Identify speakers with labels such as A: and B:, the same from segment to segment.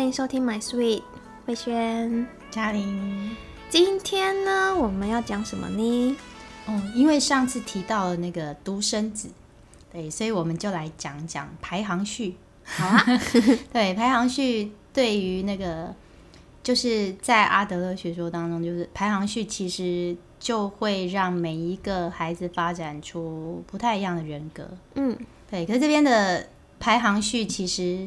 A: 迎收听 My Sweet 慧轩。
B: 嘉玲，
A: 今天呢，我们要讲什么呢？
B: 哦，因为上次提到了那个独生子，对，所以我们就来讲讲排行序。
A: 好啊，
B: 对，排行序对于那个就是在阿德勒学说当中，就是排行序其实就会让每一个孩子发展出不太一样的人格。
A: 嗯，
B: 对，可是这边的排行序其实，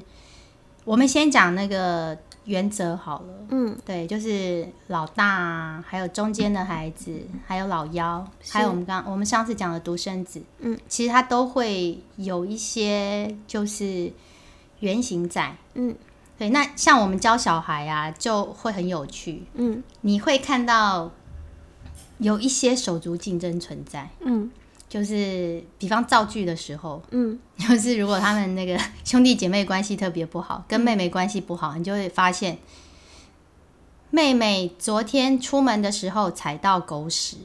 B: 我们先讲那个原则好了。
A: 嗯，
B: 对，就是老大啊，还有中间的孩子，还有老幺，
A: 是
B: 还有我们刚我们上次讲的独生子，
A: 嗯，
B: 其实他都会有一些就是原型在，
A: 嗯，
B: 对。那像我们教小孩啊，就会很有趣，
A: 嗯
B: 你会看到有一些手足竞争存在，
A: 嗯
B: 就是比方造句的时候，
A: 嗯
B: 就是如果他们那个兄弟姐妹关系特别不好，
A: 嗯
B: 跟妹妹关系不好，你就会发现，妹妹昨天出门的时候踩到狗屎，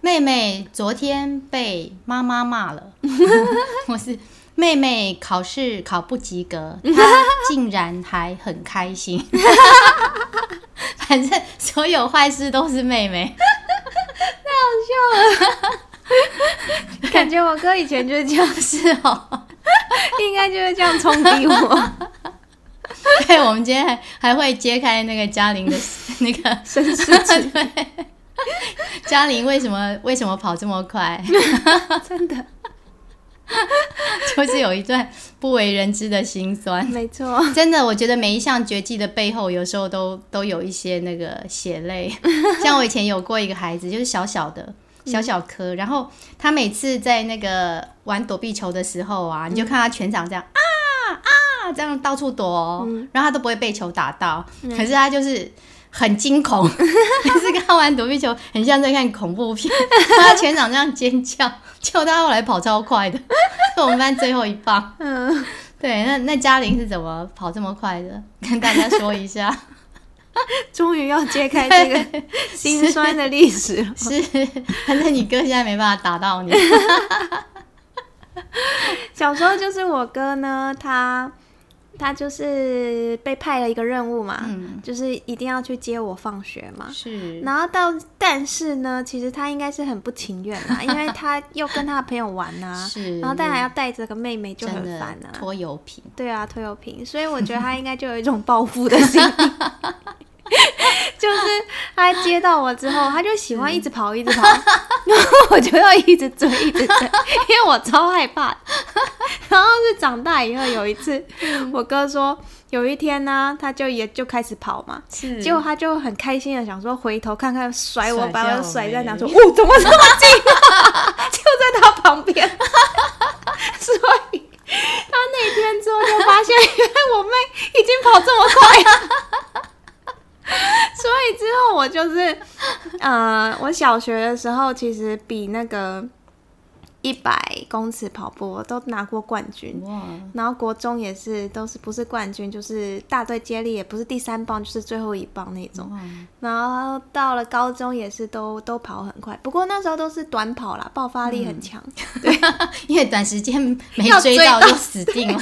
B: 妹妹昨天被妈妈骂了， 我是妹妹考试考不及格，她竟然还很开心，反正所有坏事都是妹妹。
A: 感觉我哥以前就是这样，
B: 是哦，
A: 应该就是这样冲击我
B: 对，我们今天还还会揭开那个嘉玲的那个
A: 身世之
B: 对，嘉玲为什么为什么跑这么快？
A: 真的，
B: 就是有一段不为人知的辛酸。
A: 没错，
B: 真的，我觉得每一项绝技的背后，有时候都都有一些那个血泪。 像我以前有过一个孩子，就是小小的小小颗，然后他每次在那个玩躲避球的时候啊，你就看他全场这样、啊啊，这样到处躲哦、然后他都不会被球打到，可是他就是。很惊恐，就是看完躲避球，很像在看恐怖片。 他全场这样尖叫，结果他后来跑超快的， 是我们班最后一棒。
A: 嗯，
B: 对，那那嘉玲是怎么跑这么快的？ 跟大家说 一下，
A: 终于要揭开这个 心酸的历史了。
B: 是，反正你哥现在没办法打到 你。
A: 小时候就是我哥呢，他他就是被派了一个任务嘛，
B: 嗯
A: 就是一定要去接我放学嘛。
B: 是，
A: 然后到，但是呢，其实他应该是很不情愿 啦，因为他又跟他的朋友玩呐、
B: 是
A: 然后但还要带着个妹妹，就很
B: 真的
A: 烦啊。
B: 拖油瓶，
A: 对啊，拖油瓶，所以我觉得他应该就有一种报复的 心理，就是他接到我之后，他就喜欢一直跑，一直 跑，然后我就要一直追，一直追，因为我超害怕。然后是长大以后有一次，
B: 嗯
A: 我哥说有一天呢、他就也就开始跑嘛，
B: 是
A: 结果他就很开心的想说回头看看甩我，
B: 甩
A: 把我
B: 掉
A: 甩
B: 没
A: 在哪？说哦，怎么这么近、 啊？就在他旁边，所以他那天之后就发现，原来我妹已经跑这么快 了。所以之后我就是，呃，我小学的时候其实比那个一百公尺跑步我都拿过冠军，
B: 哇，
A: 然后国中也是都是不是冠军就是大队接力，也不是第三棒就是最后一棒那种。
B: 哇
A: 然后到了高中也是都都跑很快，不过那时候都是短跑啦，爆发力很强，
B: 因为短时间没
A: 要
B: 追
A: 追
B: 到
A: 到
B: 就死定了，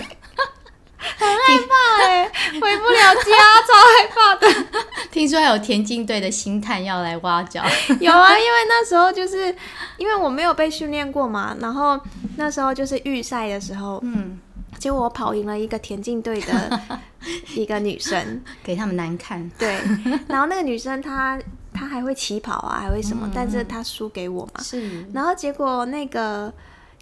A: 怕哎、回不了家，超害怕的。
B: 听说还有田径队的星探要来挖角，
A: 有啊，因为那时候就是因为我没有被训练过嘛，然后那时候就是预赛的时候，
B: 嗯，
A: 结果我跑赢了一个田径队的 一个女生，
B: 给他们难看，
A: 对，然后那个女生她她还会起跑啊，还会什么，但是她输给我嘛，
B: 是，
A: 然后结果那个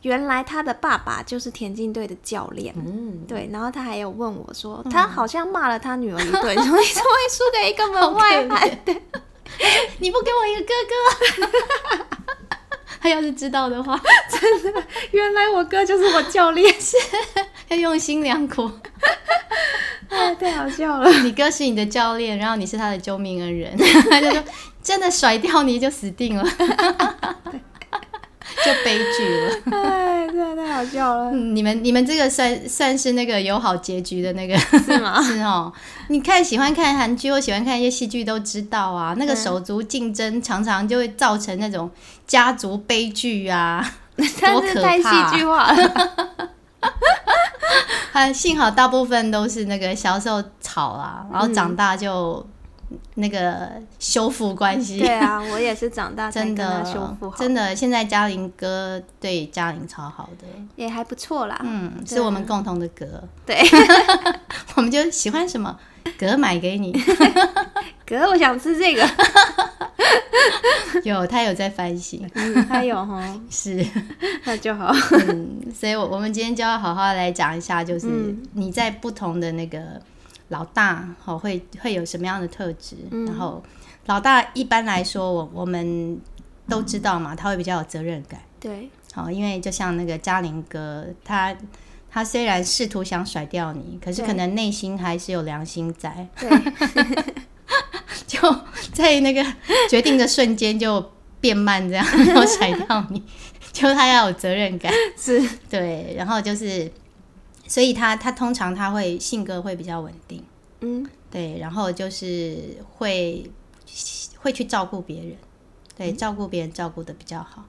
A: 原来她的爸爸就是田径队的教练。
B: 嗯，
A: 对，然后他还有问我说，他好像骂了他女儿一顿， 说你怎么会输给一个门外汉？
B: 哦 你不给我一个哥哥， 他要是知道的话，
A: 原来我哥就是我教练，
B: 要用心良苦。
A: 哎，太好笑 了。
B: 你哥是你的教练，然后你是他的救命恩人， 他就说真的甩掉你就死定了， 就悲剧了。
A: 哎，真的太好笑了，
B: 嗯你们你们这个算算是那个有好结局的那个
A: 是吗？
B: 是哦。你看喜欢看韩剧或喜欢看一些戏剧都知道啊，那个手足竞争常常就会造成那种家族悲剧啊，多
A: 但是
B: 可
A: 太
B: 怕
A: 戏剧化了。
B: 啊，幸好大部分都是那个小时候吵啊，然后长大就那个修复关系。
A: 对啊，我也是长大才
B: 真
A: 跟他修
B: 的
A: 复，好，
B: 真的，现在嘉玲哥对嘉玲超好的，
A: 也还不错啦。
B: 嗯，
A: 对啊
B: 是我们共同的歌，
A: 对，
B: 我们就喜欢什么歌买 给你。
A: 可是我想吃这 个，
B: 有，他有在反省，
A: 嗯，他有哈，
B: 是，
A: 那就好。
B: 嗯，所以我我们今天就要好好来讲一下，就是
A: 嗯
B: 你在不同的那个老大，哦，会会有什么样的特质？
A: 嗯
B: 然后老大一般来说，我我们都知道嘛，他会比较有责任感。
A: 对，
B: 好，因为就像那个嘉玲哥，他他虽然试图想甩掉你，可是
A: 对
B: 可能内心还是有良心在，
A: 对，
B: 就在那个决定的瞬间就变慢，这样然后甩掉你，就他要有责任感。
A: 是，
B: 对，然后就是，所以他他通常他会性格会比较稳定，
A: 嗯，
B: 对，然后就是会会去照顾别人，对，
A: 嗯
B: 照顾别人照顾的比较好。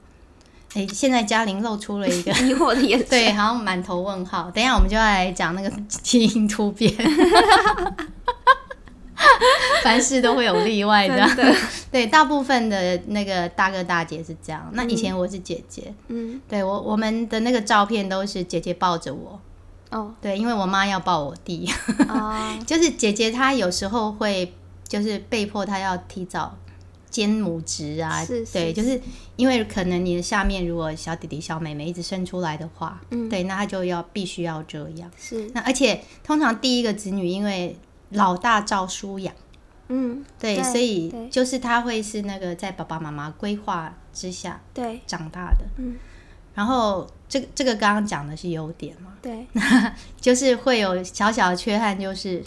B: 哎，现在嘉玲露出 了一个
A: 疑惑的眼神。
B: 对，好像满头问号。等一下我们就要来讲那个基因突变， 凡事都会有例外的。
A: 真的，
B: 对，大部分的那个大哥大姐是这样。那以前我是姐姐，
A: 嗯，
B: 对我我们的那个照片都是姐姐抱着我，
A: 哦，
B: 对，因为我妈要抱我弟，
A: 啊，
B: 就是姐姐她有时候会就是被迫她要提早兼母职啊，
A: 是是
B: 对，就是因为可能你的下面如果小弟弟小妹妹一直生出来的话，
A: 嗯
B: 对，那她就要必须要这样。
A: 是，
B: 那而且通常第一个子女因为老大照书养，
A: 嗯，
B: 对，
A: 对
B: 所以
A: 对
B: 就是他会是那个在爸爸妈妈规划之下
A: 对，
B: 长大的，
A: 嗯，
B: 然后这个这个刚刚讲的是优点嘛。
A: 对，
B: 就是会有小小的缺憾，就是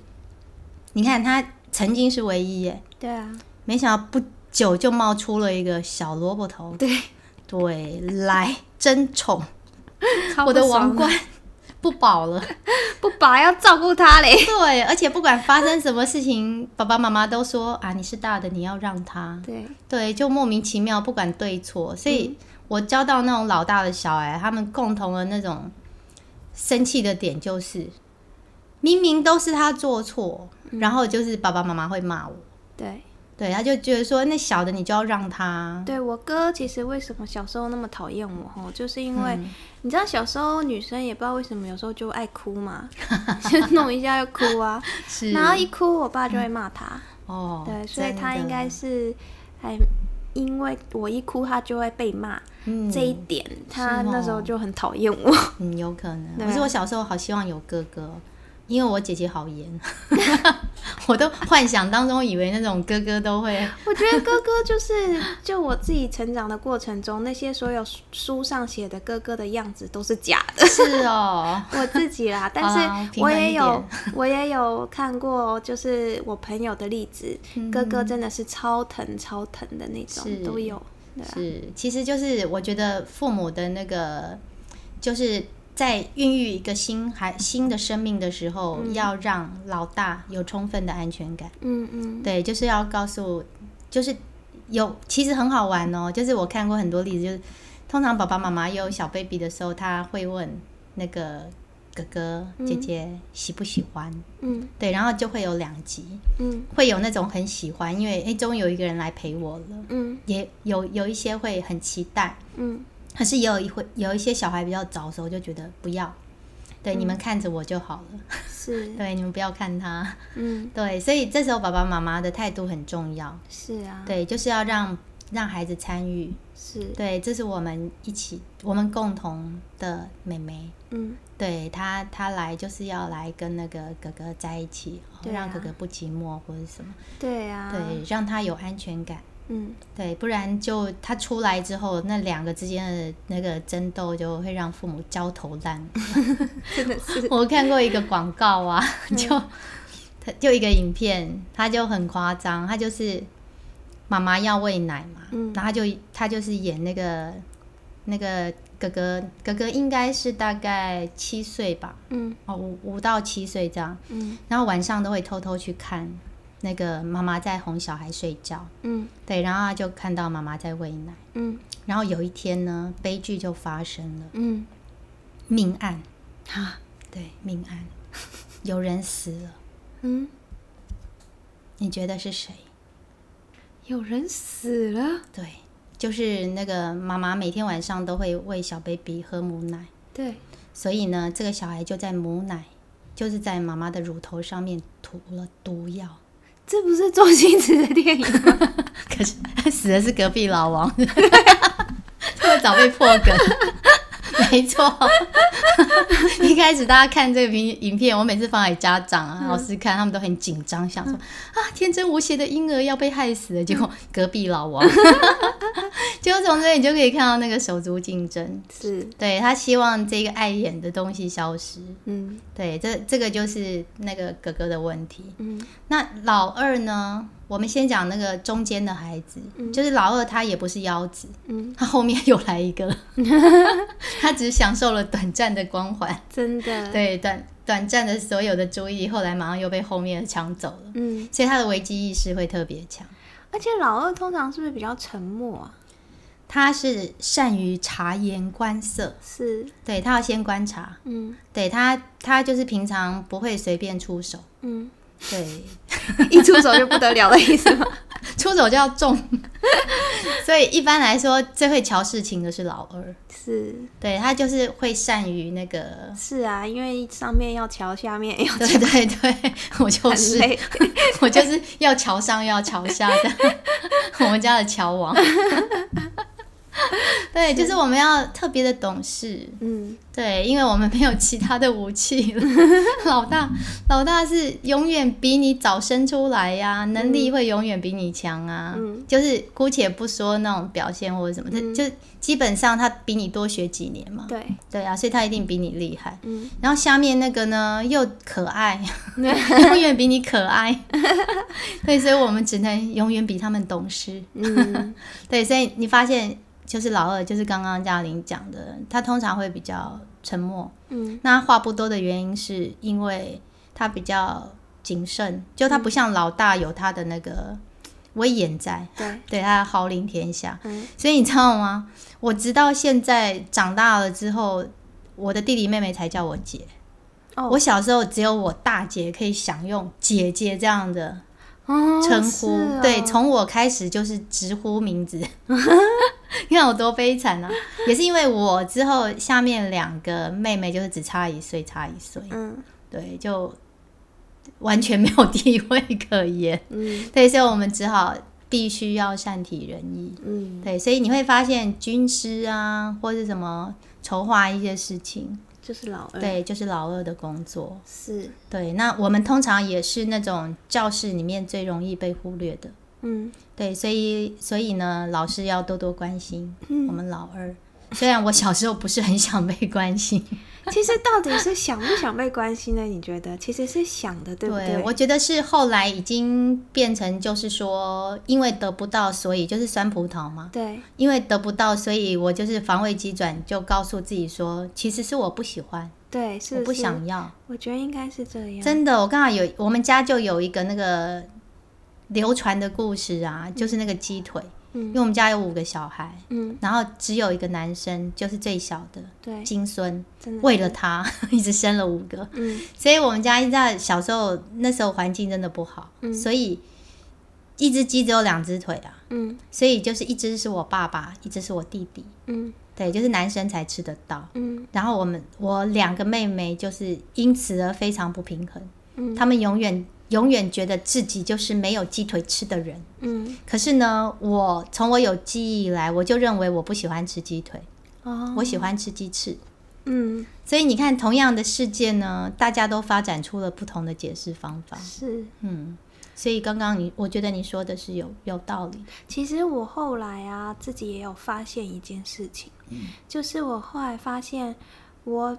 B: 你看他曾经是唯一耶，
A: 对啊，
B: 没想到不久就冒出了一个小萝卜头，
A: 对，
B: 对，来争宠，
A: 超
B: 我的
A: 不爽
B: 王冠不保了，
A: 不保要照顾他 嘞。
B: 对，而且不管发生什么事情，爸爸妈妈都说啊你是大的，你要让他，
A: 对，
B: 对，就莫名其妙不管对错，所以
A: 嗯
B: 我教到那种老大的小孩，他们共同的那种生气的点就是，明明都是他做错，
A: 嗯
B: 然后就是爸爸妈妈会骂我，
A: 对，
B: 对，他就觉得说那小的你就要让他，
A: 对我哥其实为什么小时候那么讨厌我吼，就是因为、
B: 嗯
A: 你知道小时候女生也不知道为什么有时候就爱哭嘛， 就弄一下就哭啊，
B: 是
A: 然后一哭我爸就会骂他，
B: 哦，
A: 对，所以他
B: 真的
A: 应该是还因为我一哭他就会被骂。
B: 嗯
A: 这一点，他
B: 是哦
A: 那时候就很讨厌我。
B: 嗯有可能，
A: 对啊
B: 可是我小时候好希望有哥哥哦。因为我姐姐好严， 我都幻想当中以为那种哥哥都会
A: 我觉得哥哥就是，就我自己成长的过程中，那些所有书书上写的哥哥的样子都是假的。
B: 是哦，
A: 我自己啦，但
B: 好啦
A: 是
B: 平
A: 我
B: 衡一
A: 也
B: 点
A: 有，我也有看过，就是我朋友的例子，哥哥真的是超疼超疼的那
B: 嗯是
A: 种，都有。对啊，
B: 是，其实就是我觉得父母的那个，就是在孕育一个新孩新的生命的时候，要让老大有充分的安全感。
A: 嗯嗯，
B: 对，就是要告诉，就是有其实很好玩哦。就是我看过很多例子，就是通常爸爸妈妈有小 baby 的时候，他会问那个哥哥姐姐喜不喜欢，
A: 嗯
B: 对，然后就会有两集，
A: 嗯
B: 会有那种很喜欢，因为哎，终于有一个人来陪我了。
A: 嗯
B: 也有有一些会很期待，
A: 嗯，
B: 可是也有一会有一些小孩比较早熟就觉得不要，对、
A: 嗯
B: 你们看着我就好了，
A: 是，
B: 对你们不要看他，
A: 嗯
B: 对，所以这时候爸爸妈妈的态度很重要，
A: 是啊，
B: 对，就是要让让孩子参与，
A: 是，
B: 对，这是我们一起我们共同的妹妹。
A: 嗯
B: 对她，她来就是要来跟那个哥哥在一起，哦
A: 对啊
B: 让哥哥不寂寞或者什么，
A: 对啊，
B: 对，啊让他有安全感。
A: 嗯
B: 对，不然就他出来之后，那两个之间的那个争斗就会让父母焦头烂额。
A: 真的是， 嗯
B: 我看过一个广告啊，就 他就一个影片，他就很夸张，他就是妈妈要喂奶嘛，
A: 嗯
B: 然后他就他就是演那个那个哥哥，哥哥应该是大概七岁吧，
A: 嗯
B: 哦五五到七岁这样，
A: 嗯
B: 然后晚上都会偷偷去看那个妈妈在哄小孩睡觉，
A: 嗯
B: 对，然后他就看到妈妈在喂奶。
A: 嗯
B: 然后有一天呢，悲剧就发生了，
A: 嗯，
B: 命案，
A: 啊，
B: 对，命案。有人死了，
A: 嗯，
B: 你觉得是谁？
A: 有人死了，
B: 对，就是那个妈妈每天晚上都会喂小 baby 喝母奶，
A: 对，
B: 所以呢，这个小孩就在母奶，就是在妈妈的乳头上面涂了毒药。
A: 这不是周星驰的电影吗？
B: 可是死的是隔壁老王， 这么早被破梗。 没错， 一开始大家看这个影影片，我每次放给家长啊、老师看，他们都很紧张，想说、啊，天真无邪的婴儿要被害死了。结果隔壁老王， 结果从这里你就可以看到那个手足竞争，
A: 是，
B: 对他希望这个碍眼的东西消失。
A: 嗯
B: 对，这这个就是那个哥哥的问题。
A: 嗯
B: 那老二呢？我们先讲那个中间的孩子，就是老二，他也不是腰子，
A: 嗯，
B: 他后面又来一 个了， 他只享受了短暂的光环，
A: 真的，
B: 对，短短暂的所有的注意力，后来马上又被后面的抢走了，
A: 嗯，
B: 所以他的危机意识会特别强。
A: 而且老二通常是不是比较沉默啊？
B: 他是善于察言观色，
A: 是，
B: 对他要先观察，
A: 嗯
B: 对他他就是平常不会随便出手，
A: 嗯，
B: 对，
A: 一出手就不得了的意思吗？
B: 出手就要重， 所以一般来说最会瞧事情的是老二，
A: 是
B: 对他就是会善于那个，
A: 是啊，因为上面要瞧，下面也要
B: 对对对，我就
A: 很
B: 是
A: 累，
B: 我就是要瞧上又要瞧下的， 我们家的乔王，对，就是我们要特别的懂事，
A: 嗯，
B: 对，因为我们没有其他的武器 了。老大，老大是永远比你早生出来呀、能力会永远比你强啊。
A: 嗯
B: 就是姑且不说那种表现或者什么，
A: 嗯
B: 就就基本上他比你多学几年嘛。
A: 对，
B: 对啊，所以他一定比你厉害。
A: 嗯，
B: 然后下面那个呢，又可 爱，永远比你可爱。 对，所以我们只能永远比他们懂事。
A: 嗯，
B: 对，所以你发现就是老二，就是刚刚嘉玲讲的，他通常会比较沉默。
A: 嗯，
B: 那他话不多的原因是因为他比较谨慎，就他不
A: 嗯
B: 像老大有他的那个威严在，
A: 对，
B: 对他号令天下。
A: 嗯
B: 所以你知道吗？我直到现在长大了之后，我的弟弟妹妹才叫我姐。
A: 哦
B: 我小时候只有我大姐可以享用姐姐这样的
A: 哦
B: 称
A: 是
B: 呼，
A: 哦
B: 对，从我开始就是直呼名字。 你看我多悲惨啊！也是因为我之后下面两个妹妹就是只差一岁，差一岁，
A: 嗯
B: 对，就完全没有地位可言。
A: 嗯
B: 对，所以我们只好必须要善体人意。
A: 嗯，
B: 对，所以你会发现军师啊，或是什么筹划一些事情，
A: 就是老二，
B: 对，就是老二的工作。
A: 是，
B: 对，那我们通常也是那种教室里面最容易被忽略的。
A: 嗯
B: 对，所以所以呢，老师要多多关心
A: 嗯
B: 我们老二。虽然我小时候不是很想被关心，
A: 其实到底是想不想被关心呢？你觉得？其实是想的，对不对？
B: 我觉得是后来已经变成就是说，因为得不到，所以就是酸葡萄嘛。
A: 对，
B: 因为得不到，所以我就是防卫机转，就告诉自己说，其实是我不喜欢，
A: 对，哎是
B: 我不
A: 是，
B: 想要。
A: 我觉得应该是这样。
B: 真的，我刚好有我们家就有一个那个流传的故事啊，就是那个鸡腿，
A: 嗯
B: 因为我们家有五个小孩，
A: 嗯，
B: 然后只有一个男生，就是最小的，
A: 对，
B: 金孙
A: 真的，
B: 为了他 一直生了五个，
A: 嗯
B: 所以我们家一直在小时候那时候环境真的不好，
A: 嗯
B: 所以一只鸡只有两只腿啊，
A: 嗯
B: 所以就是一只是我爸爸，一只是我弟弟，
A: 嗯
B: 对，就是男生才吃得到。
A: 嗯
B: 然后我们我两个妹妹就是因此而非常不平衡，
A: 嗯
B: 她们永远永远觉得自己就是没有鸡腿吃的人。
A: 嗯，
B: 可是呢，我从我有记忆以来，我就认为我不喜欢吃鸡腿，
A: 哦，
B: 我喜欢吃鸡翅。
A: 嗯
B: 所以你看，同样的事件呢，大家都发展出了不同的解释方法。
A: 是。
B: 嗯，所以刚刚你，我觉得你说的是有有道理。
A: 其实我后来啊，自己也有发现一件事情，
B: 嗯
A: 就是我后来发现，我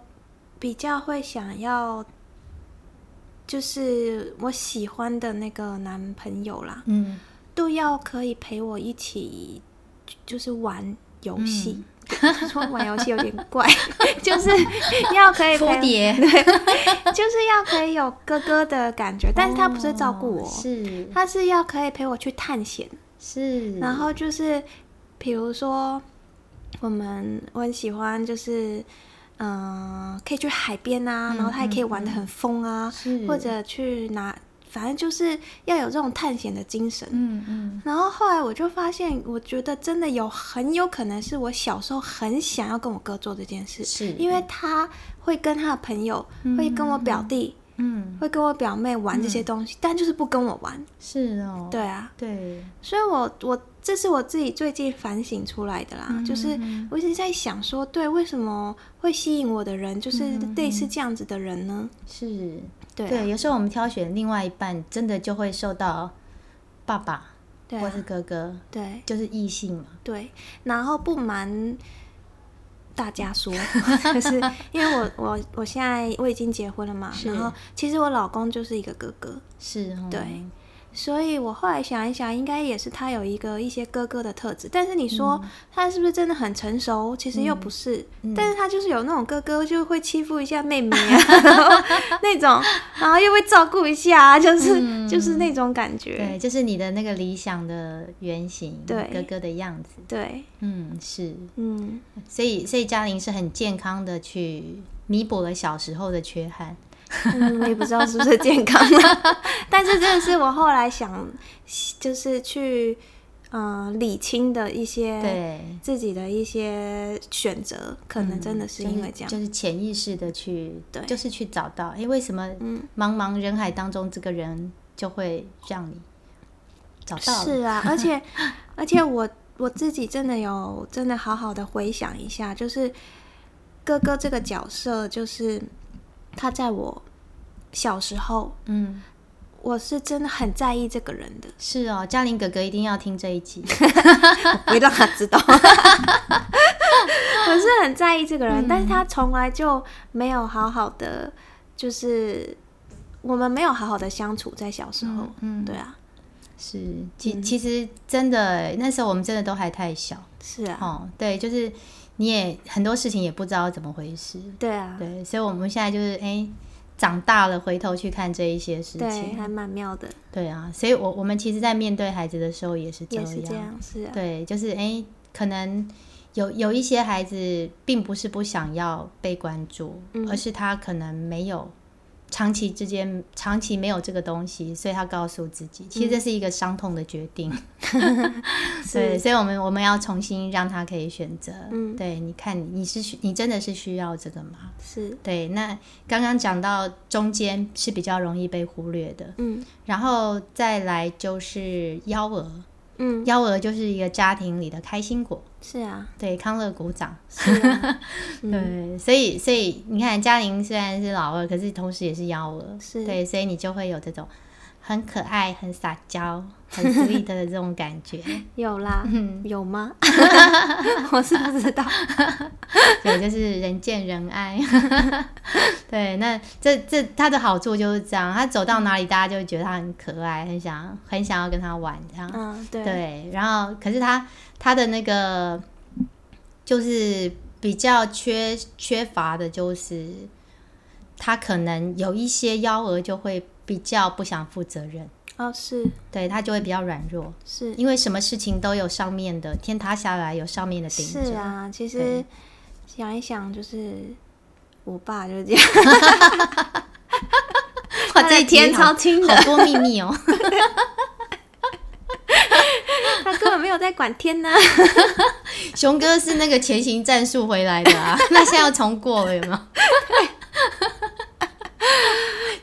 A: 比较会想要，就是我喜欢的那个男朋友啦，
B: 嗯，
A: 都要可以陪我一起，就是玩游戏。
B: 嗯
A: 说玩游戏有点怪， 就是要可以
B: 蝴
A: 陪，
B: 蝶，
A: 就是要可以有哥哥的感觉，但是他不是照顾我，
B: 哦是
A: 他是要可以陪我去探险。
B: 是，
A: 然后就是，比如说，我们我很喜欢就是嗯、可以去海边
B: 嗯
A: 啊，然后他也可以玩的很疯啊，
B: 是
A: 或者去拿，反正就是要有这种探险的精神。
B: 嗯嗯，
A: 然后后来我就发现，我觉得真的有很有可能是我小时候很想要跟我哥做这件事，
B: 是
A: 因为他会跟他的朋友，会跟我表弟，
B: 嗯
A: 会跟我表妹玩这些东西，但就是不跟我玩。
B: 是哦，
A: 对啊，
B: 对，
A: 所以我我这是我自己最近反省出来的啦，
B: 嗯
A: 就是我一直在想说，对，为什么会吸引我的人就是类似这样子的人呢？
B: 是，
A: 对啊
B: 嗯对，有时候我们挑选另外一半，真的就会受到爸爸
A: 对
B: 或
A: 啊
B: 是哥哥，
A: 对
B: 就是异性嘛，
A: 对，然后不瞒大家 说，就是因为我我我现在我已经结婚了嘛，
B: 是
A: 然后其实我老公就是一个哥哥，
B: 是哦，
A: 对，所以我后来想一想，应该也是他有一个一些哥哥的特质，但是你说、他是不是真的很成熟？其实又不是，但是他就是有那种哥哥就会欺负一下妹妹 啊那种，然后又会照顾一下啊，就是、就是那种感觉
B: 对，。就是你的那个理想的原型，
A: 对
B: 哥哥的样子，
A: 对，
B: 嗯，是，
A: 嗯，
B: 所以所以嘉玲是很健康的去弥补了小时候的缺憾，
A: 嗯，我也不知道是不是健康的， 但是真的是我后来想，就是去嗯、呃理清的一些
B: 对，
A: 自己的一些选择，可能嗯真的是因为这样。
B: 就是潜意识的去，
A: 对
B: 就是去找到，哎、为什么
A: 嗯
B: 茫茫人海当中，这个人就会让你找到了？
A: 是 啊，而且而且我我自己真的有真的好好的回想一下，就是哥哥这个角色，就是他在我小时候，
B: 嗯，
A: 我是真的很在意这个人 的，
B: 是哦，嘉玲哥哥一定要听这一 集。
A: 我不会让他知道。 我是很在意这个人，但是
B: 嗯
A: 他从来就没有好好的，就是我们没有好好的相处，在小时候，
B: 嗯嗯
A: 对啊，
B: 是，其
A: 嗯
B: 其实真的那时候我们真的都还太小
A: 是啊，
B: 哦，对，就是你也很多事情也不知道怎么回事，
A: 对啊，
B: 对，所以我们现在就是哎、长大了回头去看这一些事
A: 对，
B: 情，
A: 还蛮妙的，
B: 对啊，所以我我们其实，在面对孩子的时候也是这
A: 也
B: 样，
A: 是这样，是啊，
B: 对，就是哎、诶可能有有一些孩子并不是不想要被关注，
A: 嗯
B: 而是他可能没有长期之间长期没有这个东西，所以他告诉自
A: 嗯
B: 己，其实这是一个伤痛的决 定。 对，所以我们我们要重新让他可以选择。
A: 嗯
B: 对，你看你是需你真的是需要这个吗？
A: 是，
B: 对，那刚刚讲到中间是比较容易被忽略的，
A: 嗯
B: 然后再来就是幺蛾，
A: 嗯，
B: 幺蛾就是一个家庭里的开心果，
A: 是啊，
B: 对，康乐鼓掌。
A: 是啊， 嗯，
B: 对，所以所以你看，嘉玲虽然是老二，可是同时也是幺蛾，
A: 是
B: 对，所以你就会有这种很可爱、很撒娇、很 sweet 的这种感 觉。
A: 有啦，有吗？嗯 我是不知道，
B: 对，就是人见人爱。 对，那这这它的好处就是这样，它走到哪里，大家就会觉得它很可爱，很想很想要跟它玩这样。
A: 嗯，对，
B: 对，然后可是他他的那个就是比较缺缺乏的，就是他可能有一些幺蛾就会比较不想负责任，
A: 哦，是
B: 对他就会比较软弱，
A: 是
B: 因为什么事情都有上面的天塌下来有上面的顶着，
A: 是啊，其实
B: 对
A: 想一想，就是我爸就是这样，
B: 哇，
A: 他
B: 这
A: 的
B: 一集
A: 天
B: 好
A: 超轻的
B: 好多秘密哦，
A: 他根本没有在管天呐、
B: 熊哥是那个前行战术回来的 啊，那现在要重过了有没有？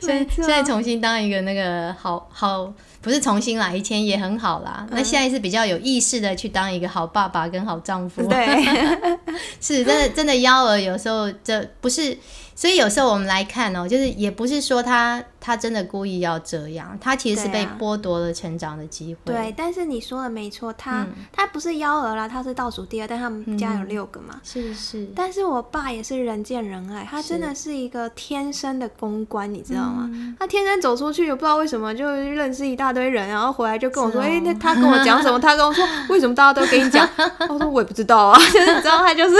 B: 现
A: 没
B: 在
A: 错
B: 现在重新当一个那个好好，不是重新啦，以前也很好啦。
A: 嗯
B: 那现在是比较有意识的去当一个好爸爸跟好丈夫。， 啊
A: 对，
B: 是真的真的幺儿有时候这不是，所以有时候我们来看哦、就是也不是说他他真的故意要这样，他其实是
A: 对
B: 被
A: 啊
B: 剥夺了成长的机会。
A: 对，但是你说的没错，他、他不是幺蛾啦，他是倒数第二，但他们家有六个嘛。
B: 是是，
A: 但是我爸也是人见人爱，他真的是嗯一个天生的公关，你知道吗？他天生走出去，也不知道为什么就认识一大堆人，然后回来就跟我说：“
B: 是哦
A: 哎、那他跟我讲什 么？他跟我说为什么大家都跟你讲？” 我说：“我也不知道啊。”就是你知道，他就是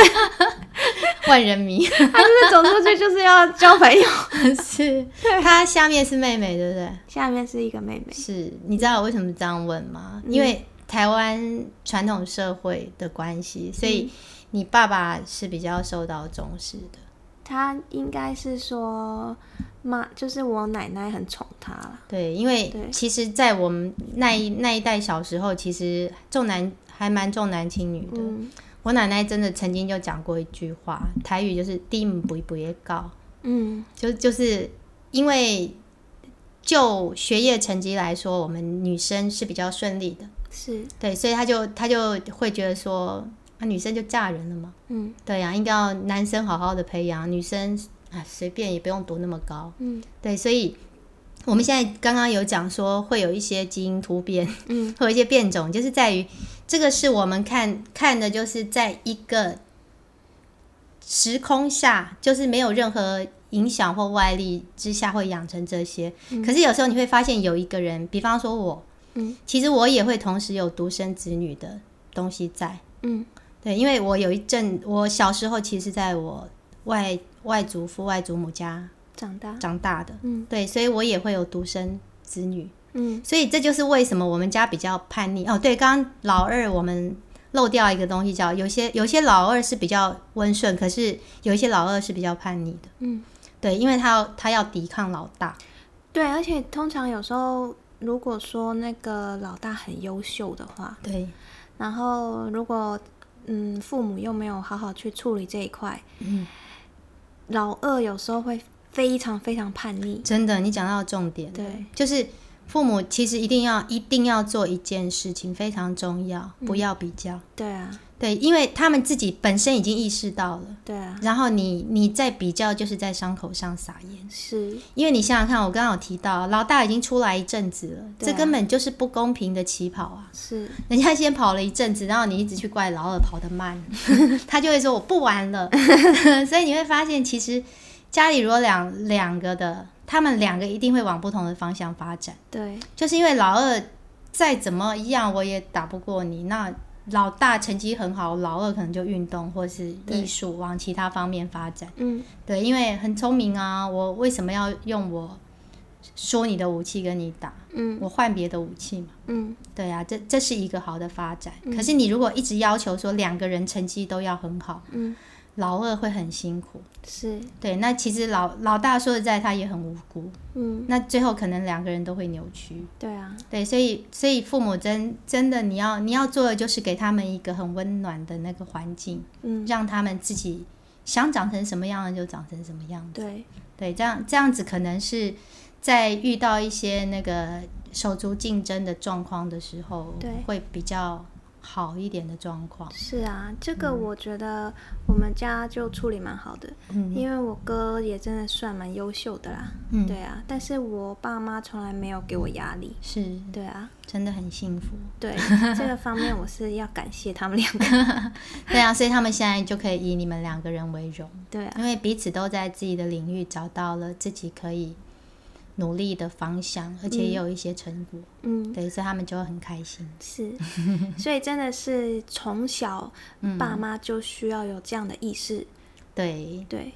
B: 万人迷。
A: 他就是走出去就是要交朋 友。
B: 是，她下面是妹妹，对不对？
A: 下面是一个妹妹，
B: 是，你知道我为什么这样问吗？
A: 嗯
B: 因为台湾传
A: 嗯
B: 统社会的关系，所以你爸爸是比较受到重视的。
A: 他应该是说妈，就是我奶奶很宠他啦。
B: 对，因为
A: 嗯对
B: 其实，在我们那一那一代小时候，其实重男还蛮重男轻女的。
A: 嗯
B: 我奶奶真的曾经就讲过一句话，台语就是“低母不不也高
A: 嗯”，
B: 就就是因为就学业成绩来说，我们女生是比较顺利的，
A: 是
B: 对，所以她就她就会觉得说，啊，女生就嫁人了嘛，
A: 嗯
B: 对呀、应该要男生好好的培养，女生啊随便也不用读那么高，
A: 嗯
B: 对，所以我们现在刚刚有讲说会有一些基因突变，
A: 嗯
B: 会有一些变种，就是在于这个是我们看看的，就是在一个时空下，就是没有任何影响或外力之下会养成这些。可是有时候你会发现有一个人，比方说我，
A: 嗯
B: 其实我也会同时有独生子女的东西在。
A: 嗯
B: 对，因为我有一阵，我小时候其实在我外外祖父、外祖母家
A: 长大
B: 长大的，
A: 嗯
B: 对，所以我也会有独生子女。
A: 嗯
B: 所以这就是为什么我们家比较叛逆哦。对，刚刚老二我们漏掉一个东西叫，有些有些老二是比较温顺，可是有一些老二是比较叛逆的。
A: 嗯，
B: 对，因为他要他要抵抗老大。
A: 对，而且通常有时候如果说那个老大很优秀的话，
B: 对，
A: 然后如果嗯父母又没有好好去处理这一块，
B: 嗯，
A: 老二有时候会非常非常叛逆。
B: 真的，你讲到重点，
A: 对，
B: 就是父母其实一定要一定要做一件事情非常重要，
A: 嗯
B: 不要比较。
A: 对啊，
B: 对，因为他们自己本身已经意识到了，
A: 对啊，
B: 然后你你再比较就是在伤口上撒盐。
A: 是，
B: 因为你想想看，我刚刚有提到，老大已经出来一阵子了，
A: 对啊嗯
B: 这根本就是不公平的起跑啊！
A: 是，
B: 人家先跑了一阵子，然后你一直去怪老二跑 得慢，他就会说我不玩了。所以你会发现，其实家里如果两两个的，他们两个一定会往不同的方向发展，
A: 对，
B: 就是因为老二再怎么样我也打不过你，那老大成绩很好，老二可能就运动或是
A: 对
B: 艺术往其他方面发展。
A: 嗯，
B: 对，因为很聪明啊，我为什么要用我说你的武器跟你打？
A: 嗯，
B: 我换别的武器嘛。
A: 嗯，
B: 对啊，这这是一个好的发展。可是你如果一直要求说两个人成绩都要很好，
A: 嗯，
B: 老二会很辛苦。
A: 是，
B: 对，那其实老老大说实在他也很无辜，
A: 嗯，
B: 那最后可能两个人都会扭曲。
A: 对啊，
B: 对，所以所以父母真真的你要你要做的就是给他们一个很温暖的那个环境，
A: 嗯，
B: 让他们自己想长成什么样就长成什么样。
A: 对，
B: 对，这样这样子可能是在遇到一些那个手足竞争的状况的时候，
A: 对
B: 会比较好一点的状况。
A: 是啊，这个我觉得我们家就处理蛮好的，
B: 嗯
A: 因为我哥也真的算蛮优秀的啦，
B: 嗯，
A: 对，啊，但是我爸妈从来没有给我压力，
B: 是
A: 对啊，
B: 真的很幸福。
A: 对这个方面我是要感谢他们两个，
B: 对啊，所以他们现在就可以以你们两个人为荣，
A: 对啊，
B: 因为彼此都在自己的领域找到了自己可以努力的方向，而且也有一些成果。
A: 嗯，
B: 对，所以他们就会很开心。
A: 是，所以真的是从小爸妈就需要有这样的意识，
B: 对，
A: 对，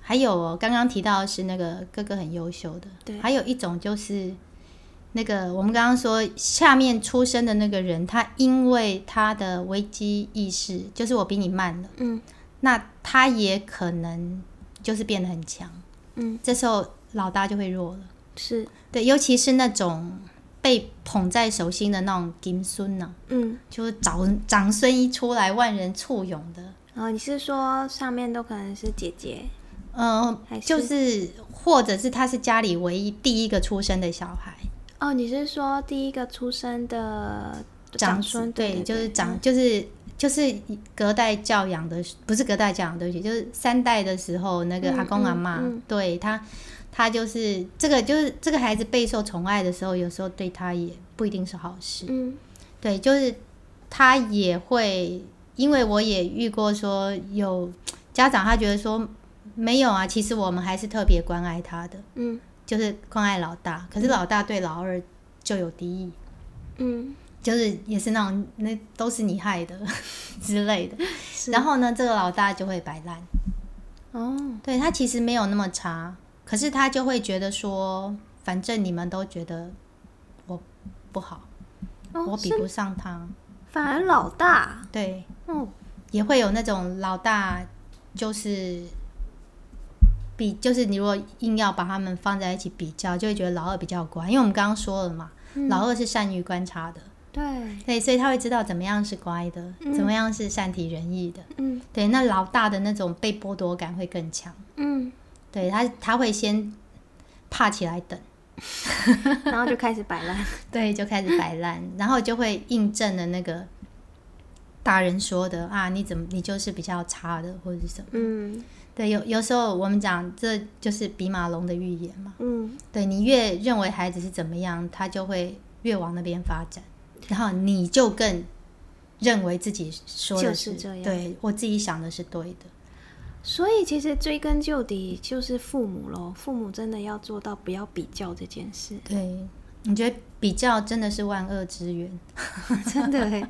B: 还有哦，刚刚提到的是那个哥哥很优秀的，
A: 对
B: 还有一种就是那个我们刚刚说下面出生的那个人，他因为他的危机意识，就是我比你慢了，
A: 嗯
B: 那他也可能就是变得很强，
A: 嗯，
B: 这时候老大就会弱了，
A: 是，
B: 对，尤其是那种被捧在手心的那种金孙呢、
A: 嗯，
B: 就是长长孙一出来万人簇拥的，
A: 然后你是说上面都可能是姐姐，
B: 嗯
A: 还，是
B: 就是或者是他是家里唯一第一个出生的小孩，
A: 哦，你是说第一个出生的
B: 长子
A: 孙？对
B: 对，
A: 对，嗯
B: 就是
A: 对
B: 长，就是就是隔代教养的，不是隔代教养，对不起，就是三代的时候，那个
A: 嗯
B: 阿公阿
A: 嗯
B: 妈，
A: 嗯
B: 对他，他就是这个，就是这个孩子备受宠爱的时候，有时候对他也不一定是好事，
A: 嗯
B: 对，就是他也会，因为我也遇过说有家长他觉得说没有啊，其实我们还是特别关爱他的。
A: 嗯
B: 就是关爱老大，可是老大对老二就有敌意，
A: 嗯
B: 就是也是那种那都是你害的 之类的。然后呢，这个老大就会摆烂，
A: 哦，
B: 对他其实没有那么差，可是他就会觉得说，反正你们都觉得我不好，
A: 哦
B: 我比
A: 是啊
B: 不上他，
A: 反而老大
B: 对，
A: 哦，
B: 也会有那种老大就是比就是你如果硬要把他们放在一起比较，就会觉得老二比较乖，因为我们刚刚说了嘛，老二是善于观察的，
A: 对，
B: 对，所以他会知道怎么样是乖的，怎么样是善体人意的。
A: 嗯
B: 对，那老大的那种被剥夺感会更强，
A: 嗯，
B: 对他他会先怕起来等，
A: 然后就开始摆烂。
B: 对，就开始摆烂，然后就会印证了那个大人说的啊，你怎么你就是比较差的或者是什么？
A: 嗯
B: 对，有有时候我们讲这就是比马龙的预言嘛，
A: 嗯，
B: 对你越认为孩子是怎么样，他就会越往那边发展，然后你就更认为自己说的
A: 就是这样
B: 对我自己想的是对的。，
A: 所以其实追根究底就是父母咯，父母真的要做到不要比较这件事
B: 对，你觉得比较真的是万恶之源？
A: 真的 欸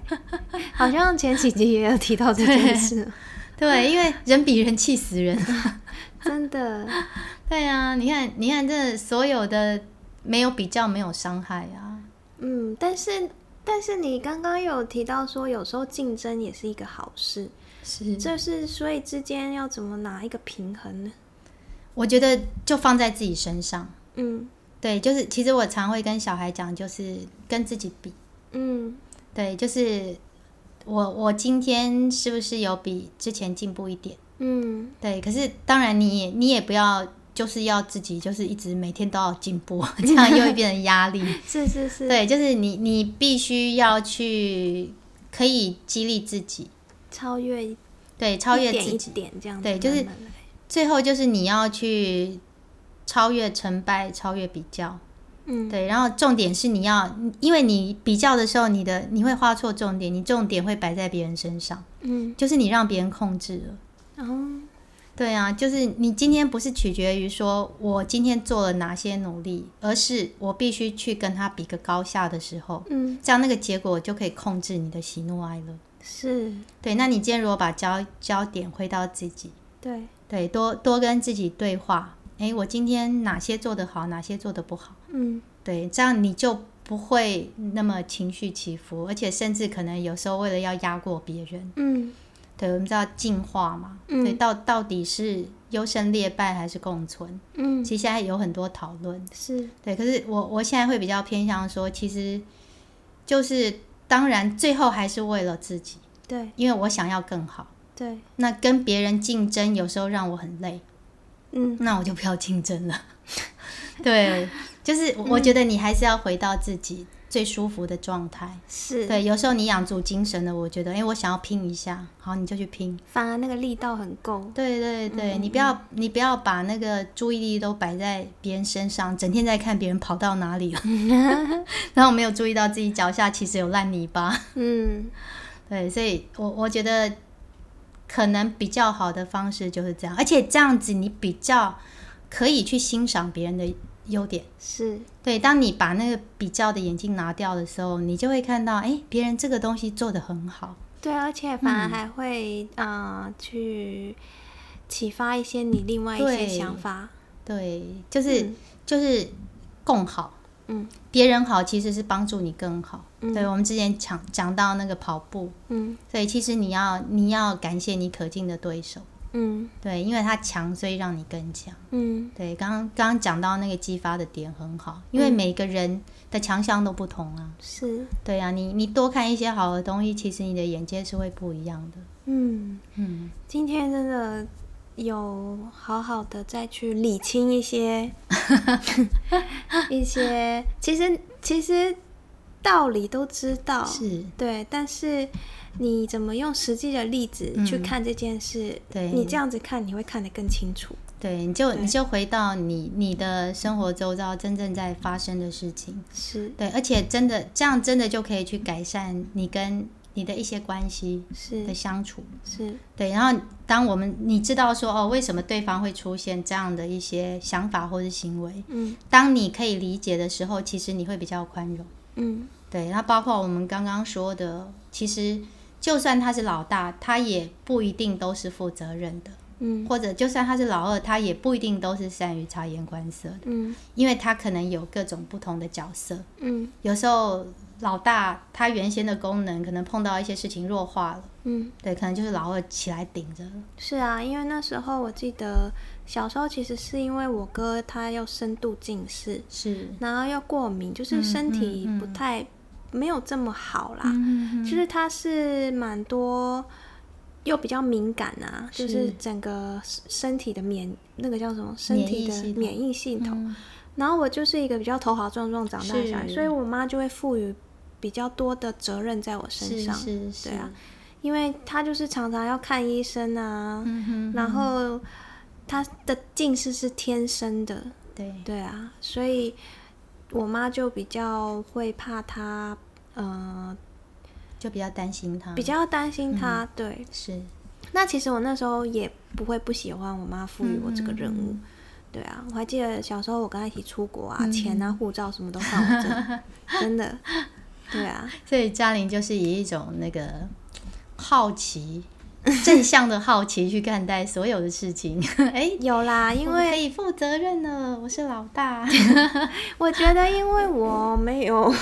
A: 好像前几集也有提到这件事，
B: 对，因为人比人气死人。啊
A: 真的，
B: 对啊，你看，你看，这所有的没有比较，没有伤害啊。
A: 嗯，但是。但是你刚刚有提到说，有时候竞争也是一个好事，
B: 是，
A: 就是所以之间要怎么拿一个平衡呢？
B: 我觉得就放在自己身上。
A: 嗯
B: 对，就是其实我常会跟小孩讲，就是跟自己比。
A: 嗯
B: 对，就是我我今天是不是有比之前进步一点？
A: 嗯，
B: 对，可是当然你也你也不要就是要自己就是一直每天都要进步， 这样又会变成压力。
A: 是是 是，
B: 对，就是你你必须要去可以激励自己，
A: 超越一
B: 对，超越
A: 点
B: 自
A: 一
B: 己。
A: 点这样子，
B: 对就是
A: 慢慢来
B: 最后就是你要去超越成败，超越比较。
A: 嗯
B: 对，然后重点是你要，因为你比较的时候，你的你会画错重点，你重点会摆在别人身上，
A: 嗯，
B: 就是你让别人控制了。
A: 然后
B: 对啊，就是你今天不是取决于说我今天做了哪些努力，而是我必须去跟他比个高下的时候，
A: 嗯
B: 这样那个结果就可以控制你的喜怒哀乐。
A: 是
B: 对，那你今天如果把焦焦点回到自己，
A: 对，
B: 对，多多跟自己对话。诶，我今天哪些做得好，哪些做得不好？
A: 嗯
B: 对，这样你就不会那么情绪起伏，而且甚至可能有时候为了要压过别人，
A: 嗯
B: 对，我们知道进化嘛，
A: 嗯
B: 对，到到底是优胜劣败还是共存？
A: 嗯
B: 其实现在有很多讨论，
A: 是
B: 对，可是我我现在会比较偏向说，其实就是当然最后还是为了自己，
A: 对
B: 因为我想要更好。
A: 对，
B: 那跟别人竞争有时候让我很累，
A: 嗯
B: 那我就不要竞 争了。对，就是我
A: 嗯
B: 我觉得你还是要回到自己最舒服的状态。
A: 是，
B: 对，有时候你养足精神了，我觉得，哎、我想要拼一下，好，你就去拼。
A: 反而那个力道很够，
B: 对对对，
A: 嗯
B: 你不要你不要把那个注意力都摆在别人身上，整天在看别人跑到哪里 了，然后没有注意到自己脚下其实有烂泥巴。
A: 嗯
B: 对，所以我我觉得可能比较好的方式就是这样，而且这样子你比较可以去欣赏别人的优点。
A: 是，
B: 对，当你把那个比较的眼镜拿掉的时候，你就会看到，哎，别人这个东西做得很好。
A: 对，而且反而还会啊去启发一些你另外一些
B: 对
A: 想法，
B: 对，就是、就是共好，
A: 嗯，
B: 别人好其实是帮助你更好。对，我们之前讲讲到那个跑步，
A: 嗯
B: 所以其实你要你要感谢你可敬的对手，
A: 嗯
B: 对，因为他强，所以让你更强。
A: 嗯
B: 对，刚刚刚刚讲到那个激发的点很好，因为每个人的强项都不同啊。
A: 是，
B: 对啊，你你多看一些好的东西，其实你的眼界是会不一样的。
A: 嗯，
B: 嗯，
A: 今天真的。有好好的再去理清一 些一些，其实其实道理都知道，
B: 是，
A: 对，但是你怎么用实际的例子去看这件事？
B: 嗯对
A: 你这样子看，你会看得更清楚。
B: 对，你就
A: 对
B: 你就回到你你的生活周遭真正在发生的事情，
A: 是
B: 对，而且真的这样真的就可以去改善你跟你的一些关系的
A: 是
B: 相处。
A: 是，
B: 对，然后当我们你知道说哦，为什么对方会出现这样的一些想法或是行为，
A: 嗯
B: 当你可以理解的时候，其实你会比较宽容。
A: 嗯
B: 对，那包括我们刚刚说的，其实就算他是老大，他也不一定都是负责任的。
A: 嗯
B: 或者就算他是老二，他也不一定都是善于察言观色的，
A: 嗯
B: 因为他可能有各种不同的角色。
A: 嗯
B: 有时候老大他原先的功能可能碰到一些事情弱化了，
A: 嗯，
B: 对，可能就是老二起来顶着了。
A: 是啊，因为那时候我记得小时候其实是因为我哥他又深度近视，
B: 是，
A: 然后又过敏，就是身体不太、没有这么好啦。
B: 嗯
A: 就是他是蛮多，又比较敏感啊，就是是整个身体的免那个叫什么身体的
B: 免疫系统嗯
A: 免疫系统。然后我就是一个比较头豪壮壮长大的小孩，
B: 是
A: 所以我妈就会赋予比较多的责任在我身
B: 是
A: 上，
B: 是是，
A: 对啊，因为她就是常常要看医生啊，
B: 嗯哼，
A: 然后她的近视是天生的，
B: 对，
A: 对啊，所以我妈就比较会怕她，呃，
B: 就比较担心他，
A: 比较担心她，对，
B: 是
A: 那其实我那时候也不会不喜欢我妈赋予我这个任务，对啊，我还记得小时候我跟她一起出国啊，钱啊、护照什么都换我这，真的，对啊，
B: 所以嘉玲就是以一种那个好奇、正向的好奇去看待所有的事情。 哎、
A: 有啦，因
B: 我 可
A: 为
B: 以负责任了，我是老大，
A: 我觉得因为我没有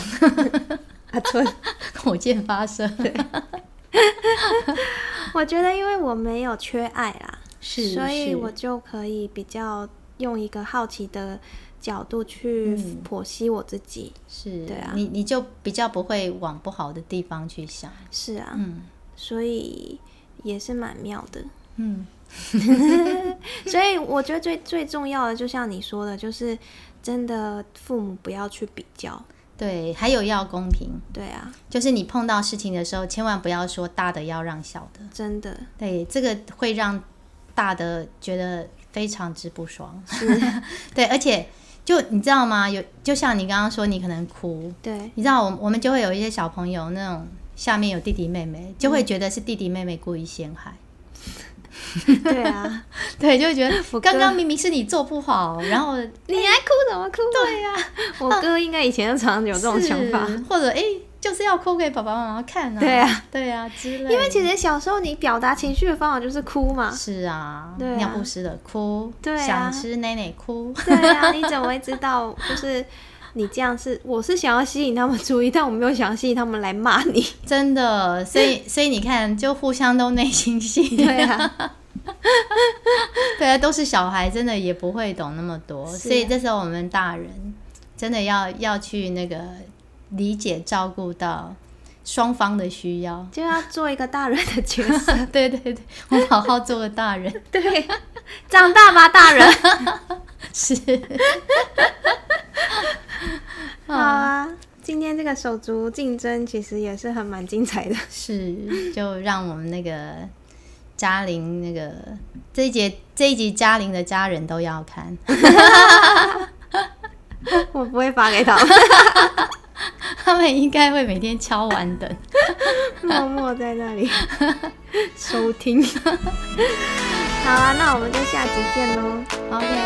A: 阿春，
B: 火箭发射，
A: 我觉得因为我没有缺爱啦，
B: 是
A: 所以
B: 是
A: 我就可以比较用一个好奇的角度去剖析我自己，
B: 是，
A: 对啊
B: 你你就比较不会往不好的地方去想，
A: 是啊，
B: 嗯
A: 所以也是蛮妙的。
B: 嗯，
A: 所以我觉得最最重要的，就像你说的，就是真的父母不要去比较。
B: 对，还有要公平，
A: 对啊，
B: 就是你碰到事情的时候，千万不要说大的要让小的，
A: 真 的
B: 对，这个会让大的觉得非常之不爽， 对，而且就你知道吗？有就像你刚刚说，你可能哭，
A: 对，
B: 你知道我我们就会有一些小朋友那种下面有弟弟妹
A: 嗯
B: 妹，就会觉得是弟弟妹妹故意陷害。
A: 对啊，
B: 对，就会 觉得
A: 我
B: 刚
A: 哥
B: 刚明明是你做不好，然后
A: 你爱哭怎么哭、对啊呀、 我哥应该以前就常常有这种想法，
B: 是或者哎、诶就是要哭给爸爸妈妈看 啊，
A: 对啊，
B: 对啊之类的，
A: 因为其实小时候你表达情绪的方法就是哭嘛。
B: 是啊，
A: 对啊
B: 尿不湿的哭，
A: 对啊
B: 想吃奶奶哭，
A: 对啊，你怎么会知道？就是你这样是，我是想要吸引他们注意，但我没有想要吸引他们来骂你。
B: 真的，所 以所以你看，就互相都内心戏，
A: 对啊，
B: 对啊，都是小孩，真的也不会懂那么多，
A: 是
B: 所以这时候我们大人真的要要去那个理解照顾到双方的需要。
A: 就要做一个大人的角色。
B: 对对对，我们好好做个大人。
A: 对，长大吧，大人。
B: 是，
A: 好啊，今天这个手足竞争其实也是很蛮精彩的。
B: 是，就让我们那个嘉玲那个这一节这一集嘉玲的家人都要看，
A: 我不会发给他 们，
B: 他们应该会每天敲完的。
A: 默默在那 里 收听。好啊，那我们就下集见喽。
B: OK，